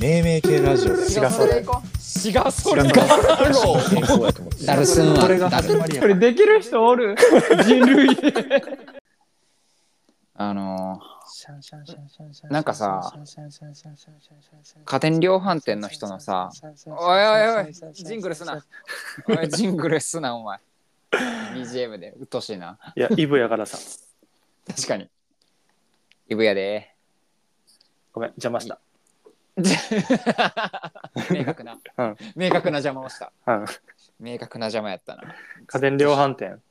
命名系ラジオだよ違うそれ行こ違うそれ違うか健康やと思って ダルスンはこれがダ始ルまりやこれできる人おる人類あのう。なんかさ、家電量販店の人のさ、おーおいおいおいジングルすな。おいジングルすなお前 BGM でうっとうしいないや、イブやからさ。確かにイブやでごめん、邪魔した。明確な、うん明確な邪魔をしたうん。明確な邪魔やったな家電量販店。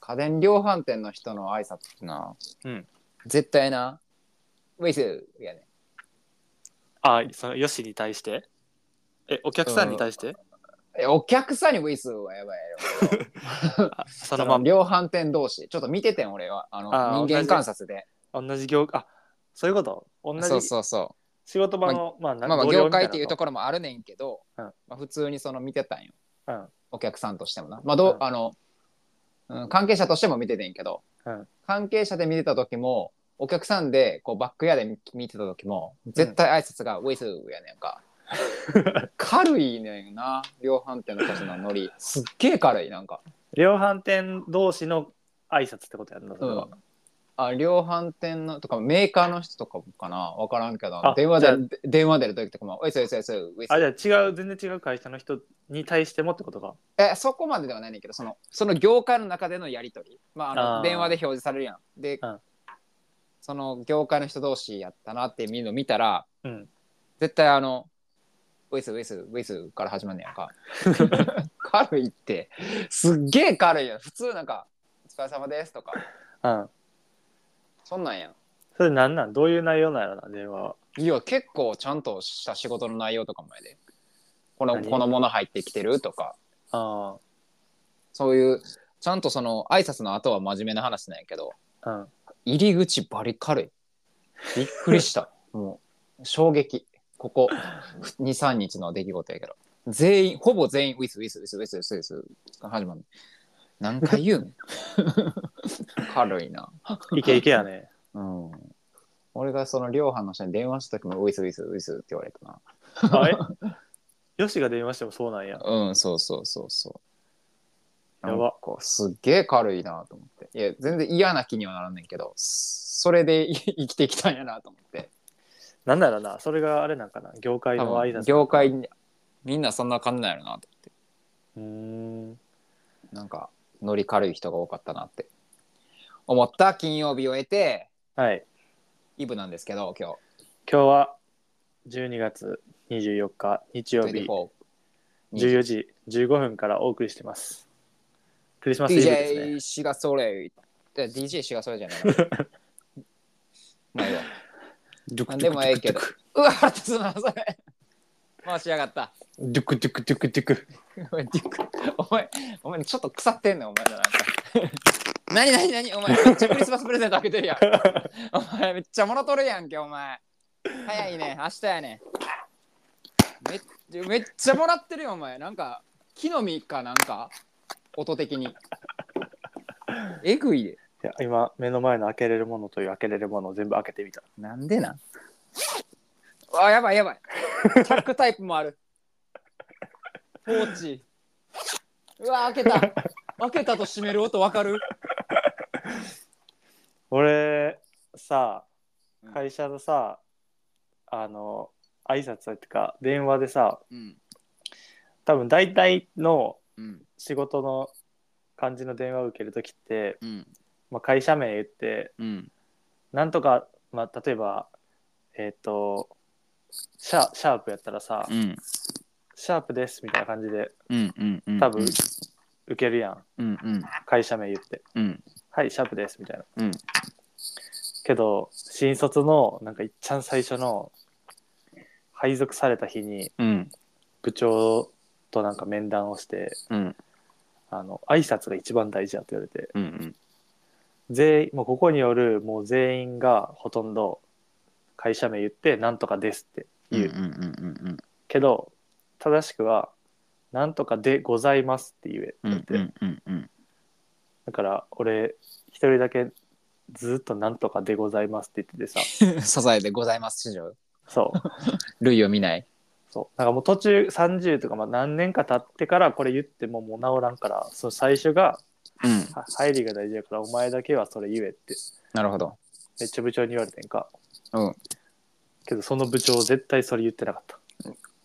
家電量販店の人の挨拶ってな、うん絶対なウェイスやねあ、その、よしに対してえ、お客さんに対してえお客さんにウェイスはやばいやろあそのまん量販店同士ちょっと見ててん俺はあのあー人間観察で同じ業、あ、そういうこと同そうじそうそ仕事場の、まあ、うなんまあまあ同僚業みた界っていうとこ。ころもあるねんけど、うんまあ、普通にその見てたんよ、うんお客さんとしてもなまあどう、うんあの、うん、関係者としても見ててんけど、うん関係者で見てた時もお客さんでこうバックヤーで見見てた時も絶対挨拶が「ウェイス」やねん か、軽いねんな量販店の人のノリすっげえ軽いなんか、量販店同士の挨拶ってことやんな、それは。あ量販店のとかメーカーの人とかかなわからんけどあ電話じゃあでで電話出る時とかも「ウェイスウェイスウェイスウェイス」あ、じゃあ違う、全然違う会社の人に対してもってことか。えそこまでではないねんけどそのその業界の中でのやり取り、まあ、あのあー電話で表示されるやんで、うんその業界の人同士やったなって見るの見たらうん。絶対あのウェイスウェイスウェイスから始まんねやん か軽いってすっげえ軽いやん普通なんか「お疲れ様です」とかうん。そんなんやんそれなんなんどういう内容なんやろな、電話は。いや結構ちゃんとした仕事の内容とかもやでこの何このもの入ってきてるとかあそういうちゃんとその挨拶の後は真面目な話なんやけどあ。うん。入り口バリ軽いびっく りしたもう衝撃ここ23日の出来事やけど全員ほぼ全員ウィスウィスウィスウィスウィスウィスが始まる何回 言うん軽いな、いけいけやね。うん、俺がその量販の人に電話した時もウィスウィスウィスって言われたなあえよしが電話してもそうなんや。うんそうそうそうそうやばなんかすっげえ軽いなと思っていや全然嫌な気にはならんねんけどそれでい生きてきたんやなと思ってなんだろうな、それがあれなんかな、業界多の挨分拶。業界にみんなそんな感じなんやろなと思ってうーん。なんかノリ軽い人が多かったなって思った金曜日を得てはい。イブなんですけど今日今日は12月24日日曜日24 14時15分からお送りしてます。クリスマスイブですね。 DJ シガソレイいや DJ シガソレイじゃ ないなまあいいわドゥなんでもええけどうわ腹立つなそれ回しやがったドゥクドゥクドゥクドゥク。 お前デュクお前お前ちょっと腐ってんねんお前らなんか何何何お前めっちゃクリスマスプレゼント開けてるやん お前めっちゃもろとるやんけお前早いね明日やねめっめっちゃもらってるよお前なんか木の実かなんか音的にえぐいでいや今目の前の開けれるものという開けれるものを全部開けてみた。なんでなんあやばいやばいタックタイプもあるポーチうわ開けた開けたと閉める音わかる俺さうん会社のさ、あの挨拶っていうか電話でさうん多分大体のうん仕事の感じの電話を受けるときって、うんまあ、会社名言ってうんなんとか、まあ、例えばえっ、とシャシャープやったらさ、うんシャープですみたいな感じでうんうんうん多分受けるやんうんうん会社名言ってうんはいシャープですみたいな、うんけど新卒のなんかいっちゃん最初の配属された日にうん部長となんか面談をしてうんあの挨拶が一番大事だと言われてうんうん全員もうここによるもう全員がほとんど会社名言って「なんとかです」ってうんう言う、んうんけど正しくは「なんとかでございます」って言えってうんう言っんて、うんうんうんだから俺一人だけずっと「なんとかでございます」って言っててさ うん支えでございます史上そう類を見ないそうなんかもう途中30とかまあ何年か経ってからこれ言ってももう治らんからその最初がうんは入りが大事だからお前だけはそれ言えってなるほどめっちゃ部長に言われてんかうんけどその部長絶対それ言ってなかっ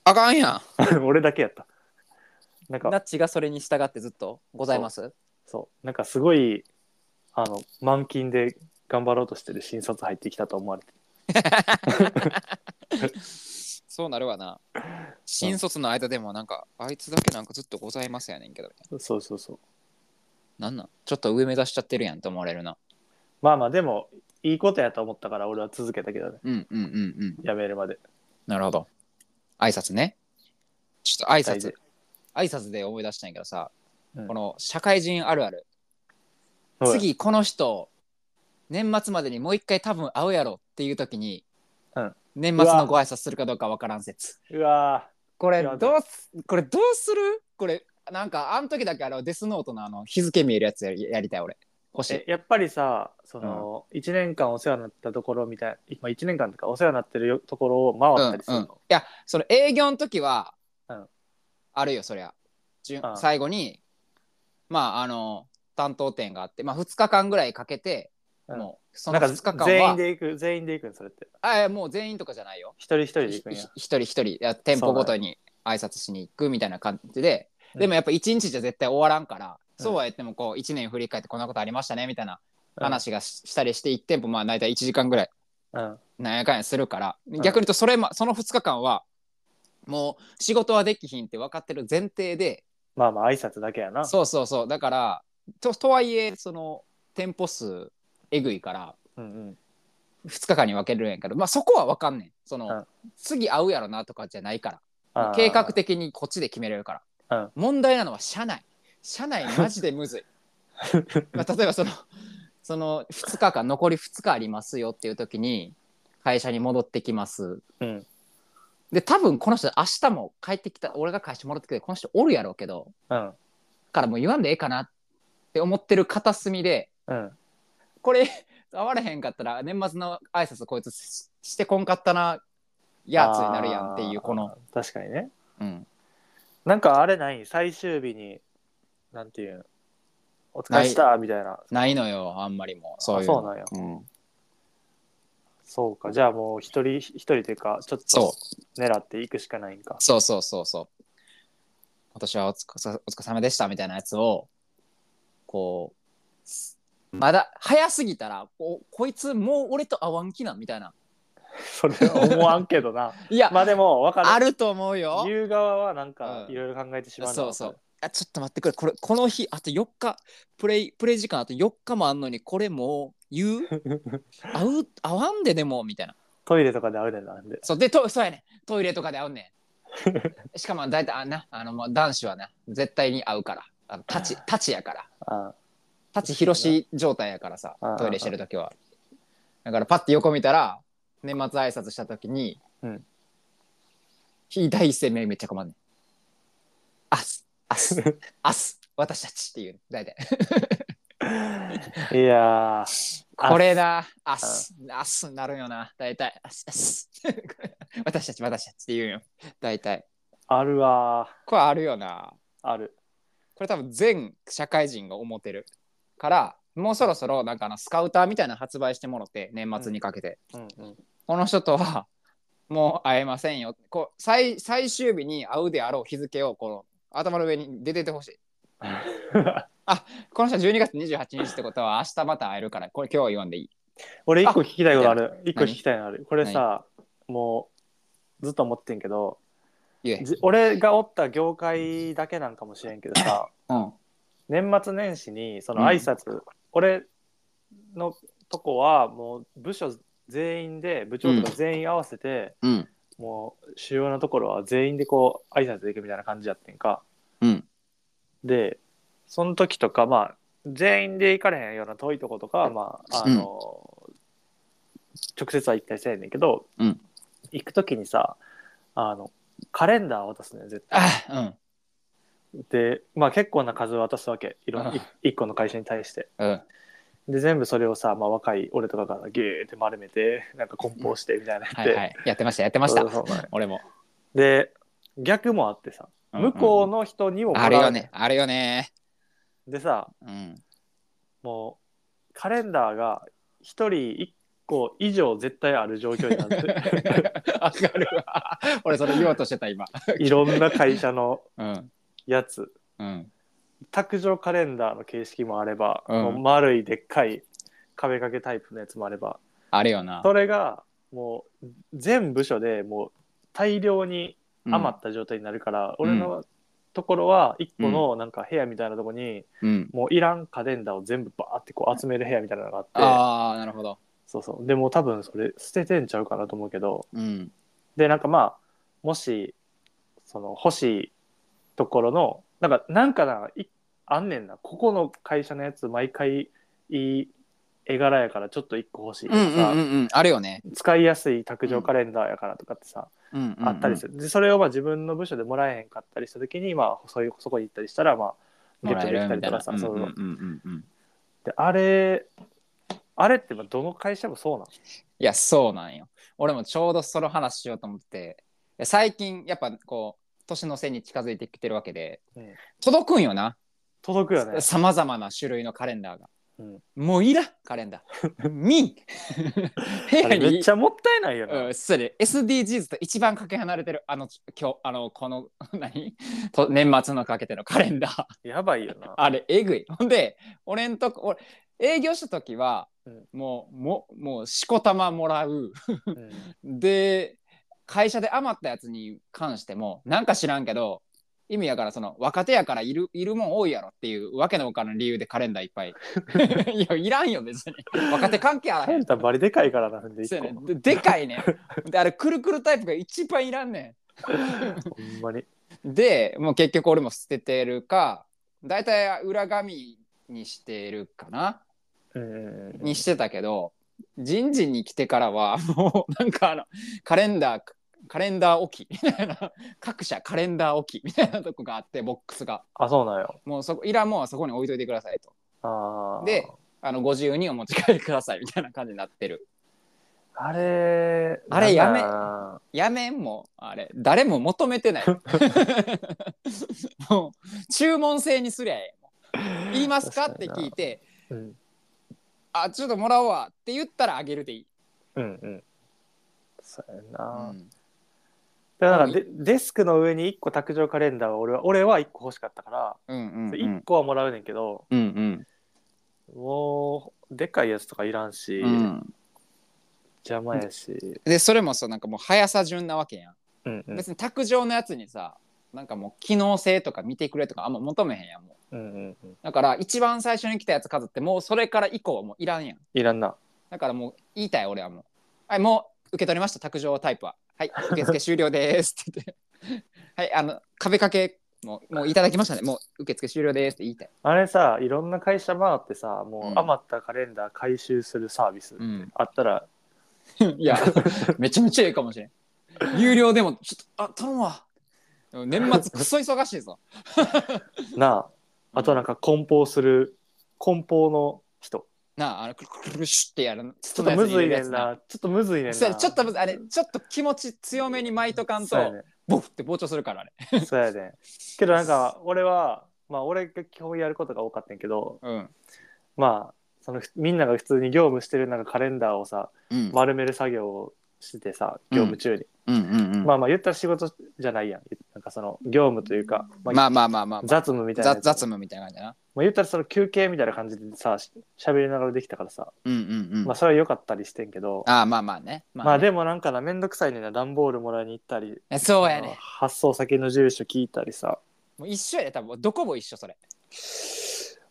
あかんやた俺だけやったなんんナかッチがそれに従ってずっとございますそうなんかすごいあの満勤で頑張ろうとしてる新卒入ってきたと思われてそうなるわな新卒の間でもなんかあいつだけなんかずっとございますやねんけどそうそうそうなんなんちょっと上目指しちゃってるやんと思われるなまあまあでもいいことやと思ったから俺は続けたけどねうんうんうんうん辞めるまでなるほど挨拶ねちょっと挨大拶事挨拶で思い出したんやけどさ、うんこの社会人あるある、はい次この人年末までにもう一回多分会うやろっていう時に、うん年末のご挨拶するかどうかわからん説うわこれやだどうすこれどうするこれなんかあの時だけあのデスノートのあの日付見えるやつやりやりたい俺欲しーえいやっぱりさその、一1年間お世話になったところみたいまあ1年間とかお世話になってるよところを回ったりするの、うんいやその営業の時は、うんあるよそりゃ順うん最後にまああの担当店があって、まあ、2日間ぐらいかけて、うんもうそのなんか2日間は全員で行く全員で行くんそれってあいやもう全員とかじゃないよ一人一人で行ひくんやひ一人一人いや店舗ごとに挨拶しに行くみたいな感じで、うんでもやっぱ一日じゃ絶対終わらんから、そうは言ってもこう1年振り返ってこんなことありましたねみたいな話がし,、たりして1店舗まあ大体1時間ぐらいうんなんやかんやするから、逆に言うとそれまその2日間はもう仕事はできひんって分かってる前提でまあまあ挨拶だけやなそうそうそうだからととはいえその店舗数えぐいからうんうん2日間に分けるんやけど、まあ、そこは分かんねんその、うん次会うやろなとかじゃないから。あー計画的にこっちで決めれるから、うん問題なのは社内社内マジで むずいまあ例えばそのその2日間残り2日ありますよっていう時に会社に戻ってきますうんで多分この人明日も帰ってきた俺が会社戻ってきてこの人おるやろうけどうんだからもう言わんでええかなって思ってる片隅でうんこれ会われへんかったら年末の挨拶こいつししてこんかったなやつになるやんっていうこのあ、ー確かにねうん、なんかあれない最終日になんていうんお疲れしたみたいなないのよあんまりもうそういうあそうなんやうんそうかじゃあもう一人一人というかちょっそと狙っていくしかないんかそうそうそうそう今年はおつかさお疲れ様でしたみたいなやつをこうすまだ早すぎたらここいつもう俺と会わんきなんみたいなそれは思わんけど ないや、まあでも分かあるると思うよ言う側はなんかうんいろいろ考えてしまうのそは分うかそるうあちょっと待ってくれこれこの日あと4日プレイプレイ時間あと4日もあんのにこれもう言 う会う会わんででもみたいなトイレとかで会うねんなんでそうでトそうやねんトイレとかで会うね んしかも大体あなあのもう男子はな絶対に会うからあの立 ち立ちやからあ立ち広し状態やからさああトイレしてる時はだからパッて横見たら年末挨拶した時に、うん非第一声目めっちゃ困んねん「あすあす あす私たち」っていう大体あいやーこれなあすあすなるよな大体あすあすこれ 私たち私たちって言うよ大体ああるわこれあるよなーあるこれ多分全社会人が思ってるからもうそろそろなんかあのスカウターみたいなの発売してもろて年末にかけて、うんうんこの人とはもう会えませんよこう最最終日に会うであろう日付をこの頭の上に出ててほしいあこの人は12月28日ってことは明日また会えるからこれ今日は言わんでいい 俺一個聞あきたいことあいる一個聞きたいのあるこれさもうずっと思ってんけど言えじ俺がおった業界だけなんかもしれんけど さうん年末年始にそのうん挨拶、俺のとこはもう部署全員で部長とか全員合わせて、うんもう主要なところは全員でこう挨拶できるみたいな感じやってんか、うんでその時とかまあ全員で行かれへんような遠いとことかはまああの、直接は行ったりせえへんねんけど、うん行く時にさあのカレンダー渡すねん絶対。あうんで、まあ、結構な数渡すわけいろんうんい一個の会社に対してうんで全部それをさ、まあ、若い俺とかがギューって丸めてなんか梱包してみたいなやって、はいはいやってましたやってましたそうそうそう俺もで逆もあってさ、うんうん向こうの人にもあれよね、あれよね。でさうん。 もうカレンダーが一人一個以上絶対ある状況になっ てわかるわ。俺それ言おうとしてた今。いろんな会社のうん。やつうん。卓上カレンダーの形式もあれば、うんもう丸いでっかい壁掛けタイプのやつもあればあれよな。それがもう全部署でもう大量に余った状態になるから、うん俺のところは一個のなんか部屋みたいなとこに、うん。うん。もういらんカレンダーを全部バーってこう集める部屋みたいなのがあってああ、なるほど。そうそうでもう多分それ捨ててんちゃうかなと思うけどうん。でなんかまあもしその欲しいところのなんかなんかないあんねんなここの会社のやつ毎回いい絵柄やからちょっと一個欲しいとうかんさ、うんうんうん。あれよね。使いやすい卓上カレンダーやからとかってさ、うんうんうん。あったりするでそれをまあ自分の部署でもらえへんかったりした時に、まあ、そういうそこに行ったりしたらまあゲもッらトえでるきたりみたといかな。さうんうんそううんいううのんうん。であれあれってまあどの会社もそうなんいや、そうなんよ。俺もちょうどその話しようと思ってて、いや最近、やっぱこう、年の瀬に近づいてきてるわけで、うん届くんよな、届くよねさまざまな種類のカレンダーが。うんもういらんカレンダー。 みん部 あ屋れにめっちゃもったいないよな、うん、それ SDGs と一番かけ離れてるあの今日あのこの 何と年末のかけてのカレンダーやばいよなあれえぐい ほんで俺んとこ俺営業した時は、うんもうももうしこたまもらううんで会社で余ったやつに関してもなんか知らんけど意味やからその若手やからいるいるもん多いやろっていうわけのほかの理由でカレンダーいっぱ いいやいらんよ別に若手関係あらカへレんンダーバリでかいからなほんでそう一や個、ねででかいねであれくるくるタイプが一番いらんねほんまにんでもう結局俺も捨ててるか大体裏紙にしてるかなうんうんうんにしてたけど人事に来てからはもうなんかあのカレンダーカレンダー置き みたいな各社カレンダー置きみたいなとこがあってボックスがあそうなんよもうそこいらんもんはそこに置いといてくださいとあーであのご自由にお持ち帰りくださいみたいな感じになってるあれあれやめなんだろうなやめんもうあれ誰も求めてない もう注文制にすりゃええもん言いますかっ確かてにな聞いてうん「あちょっともらおうわ」って言ったらあげるでいい、うんうんそうやな、うんでもなんかデデスクの上に1個卓上カレンダーは俺は俺は1個欲しかったから、うんうんう一1ん個はもらうねんけどうんもうでっかいやつとかいらんし、うんうん邪魔やし、でそれもそうなんかもう速さ順なわけやん、うんうん別に卓上のやつにさなんかもう機能性とか見てくれとかあんま求めへんやんもううんうんうん、だから一番最初に来たやつ飾ってもうそれから以降はもういらんやんいらんなだからもう言いたい俺はもう。はい、もう受け取りました、卓上タイプは。はい、受付終了ですって 言って。はい、あの、壁掛けもう、もういただきましたね。もう受付終了ですって言いたい。あれさいろんな会社回ってさうもうん余ったカレンダー回収するサービスん。あったら、いや、めちゃめちゃいいかもしれん。有料でも、ちょっと、あ、頼むわ。でも年末、くそ忙しいぞ。なああとなんか梱包する梱包の人なあ、あの、くるくるくるシュッてやるの。ちちょっとむずいねんなちょっとむずいねんなそうやねちょっとむずいあれちょっと気持ち強めに巻いとかんそうやとねボフって膨張するからあれそうやねけどなんか俺はまあ俺が基本やることが多かったんやけどうん、まあそのふみんなが普通に業務してるなんかカレンダーをさうん丸める作業をしてさ業務中に、うんうんうんまあまあ言ったら仕事じゃないやんなんかその業務というか、まあまあまあまあまあまあ雑務みたいなや雑つ雑務みたいな感じだなまあ、言ったらその休憩みたいな感じでさしゃべりながらできたからさ、うんうんうんまあそれは良かったりしてんけど、ああまあまあね。ままあねでもなんかな面倒くさいねんな段ボールもらいに行ったりそうやね。発送先の住所聞いたりさもう一緒やね。多分どこも一緒それ。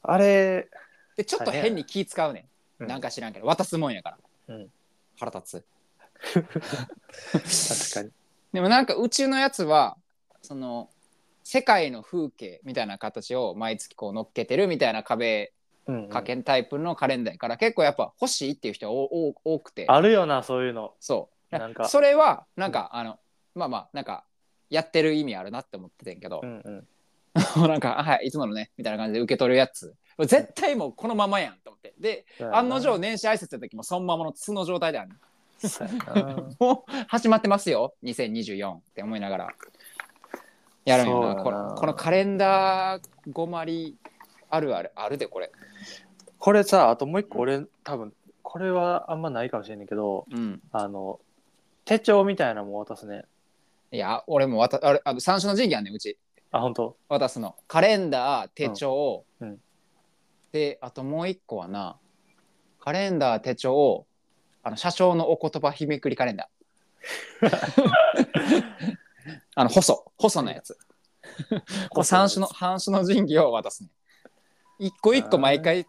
あれ、でちょっと変に気使うね。うんなんか知らんけど渡すもんやから。うん腹立つ。確かにでもなんかうちのやつはその世界の風景みたいな形を毎月こう乗っけてるみたいな壁うんうん掛けタイプのカレンダーやから結構やっぱ欲しいっていう人がおお多くて。あるよなそういうのそう。なんかそれはなんかあのまあまあなんかやってる意味あるなって思っててんけど。うんうんも うなんか、あはい、いつものね、みたいな感じで受け取るやつ。絶対もうこのままやんと思って。で、案の定、年始挨拶の時もそのままの素の状態である。そうやな もう始まってますよ、2024って思いながら。やるんやなそうこやれなこのカレンダーごまりあるあるあるでこれこれさあともう一個俺多分これはあんまないかもしれないけどうんあの手帳みたいなのも渡すねいや俺もわたあれあの三種の神器あんねんうちあ本当渡すのカレンダー手帳、うんうんであともう一個はなカレンダー手帳あの車掌のお言葉日めくりカレンダ ーあの細細のやつこう三種の半種の神器を渡すね一個一個毎回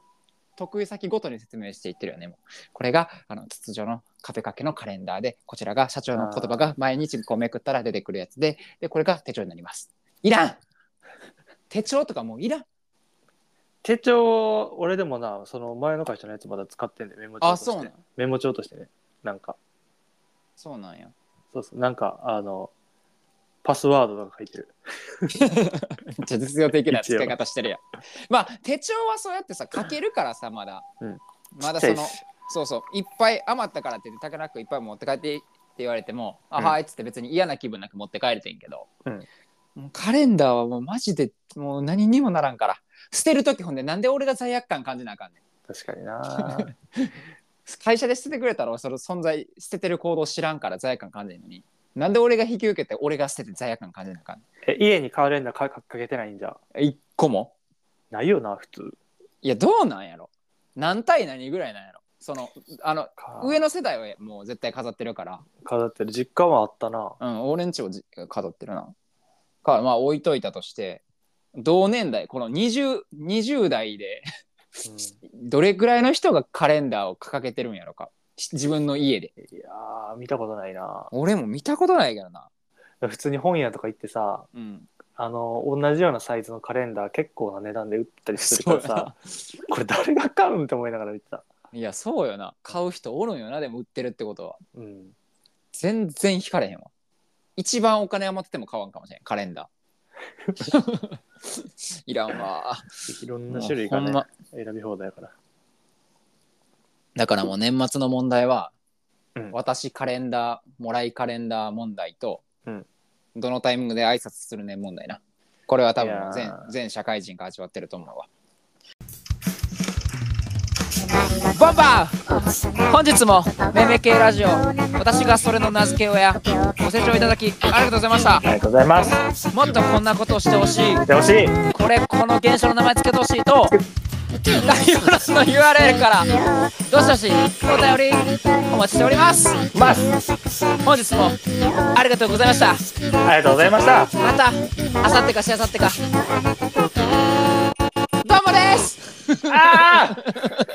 得意先ごとに説明していってるよねもうこれがあの筒状の壁掛けのカレンダーでこちらが社長の言葉が毎日こうめくったら出てくるやつででこれが手帳になりますいらん手帳とかもういらん手帳俺でもなその前の会社のやつまだ使ってんでメモ帳あとしてそうなんメモ帳としてねなんかそうなんやそうそうなんかあのパスワードとか書いてるめっちゃ実用 的な使い方してるやんまあ手帳はそうやってさ書けるからさまだ、うんまだちそっちゃのいしそうそういっぱい余ったからって言って高らくいっぱい持って帰っていいって言われても「うんあはい」っつって別に嫌な気分なく持って帰れてんけど、うんもうカレンダーはもうマジでもう何にもならんから捨てる時ほんでなんで俺が罪悪感感じなあかんねん確かにな 会社で捨ててくれたら俺その存在捨ててる行動知らんから罪悪感感じるのになんで俺が引き受けて俺が捨てて罪悪感感じなあかんねんえ家にカレンダーかかかけてないんじゃ一個もないよな普通いやどうなんやろ何対何ぐらいなんやろそのあのか上の世代はもう絶対飾ってるから、飾ってる実家はあったなうん、俺んちをじ飾ってるなかまあ置いといたとして同年代この 20, 20代でどれぐらいの人がカレンダーを掲げてるんやろかし自分の家でいやー見たことないな俺も見たことないけどな普通に本屋とか行ってさうんあの同じようなサイズのカレンダー結構な値段で売ったりするからさこれ誰が買うんって思いながら見てた、いやそうよな買う人おるんよなでも売ってるってことはうん、全然引かれへんわ一番お金余ってても買わんかもしれんカレンダ ー いらんわいろんな種類がもねうほんま選び放題やからだからもう年末の問題は、うん私カレンダーもらいカレンダー問題と、うんどのタイミングで挨拶するね問題なこれは多分いやー全全社会人が味わってると思うわボンバー本日もめめ系ラジオ私がそれの名付け親ごご清清聴聴いたいただだききあありりがとがとううござございいままししたたありがとうございますもっとこんなことをしてほしいでほしいこれこの現象の名前つけてほしいと概要欄の URL からどしどしお便りお待ちしております本日もありがとうございましたありがとうございましたまたあさってかしあさってかどうもですあー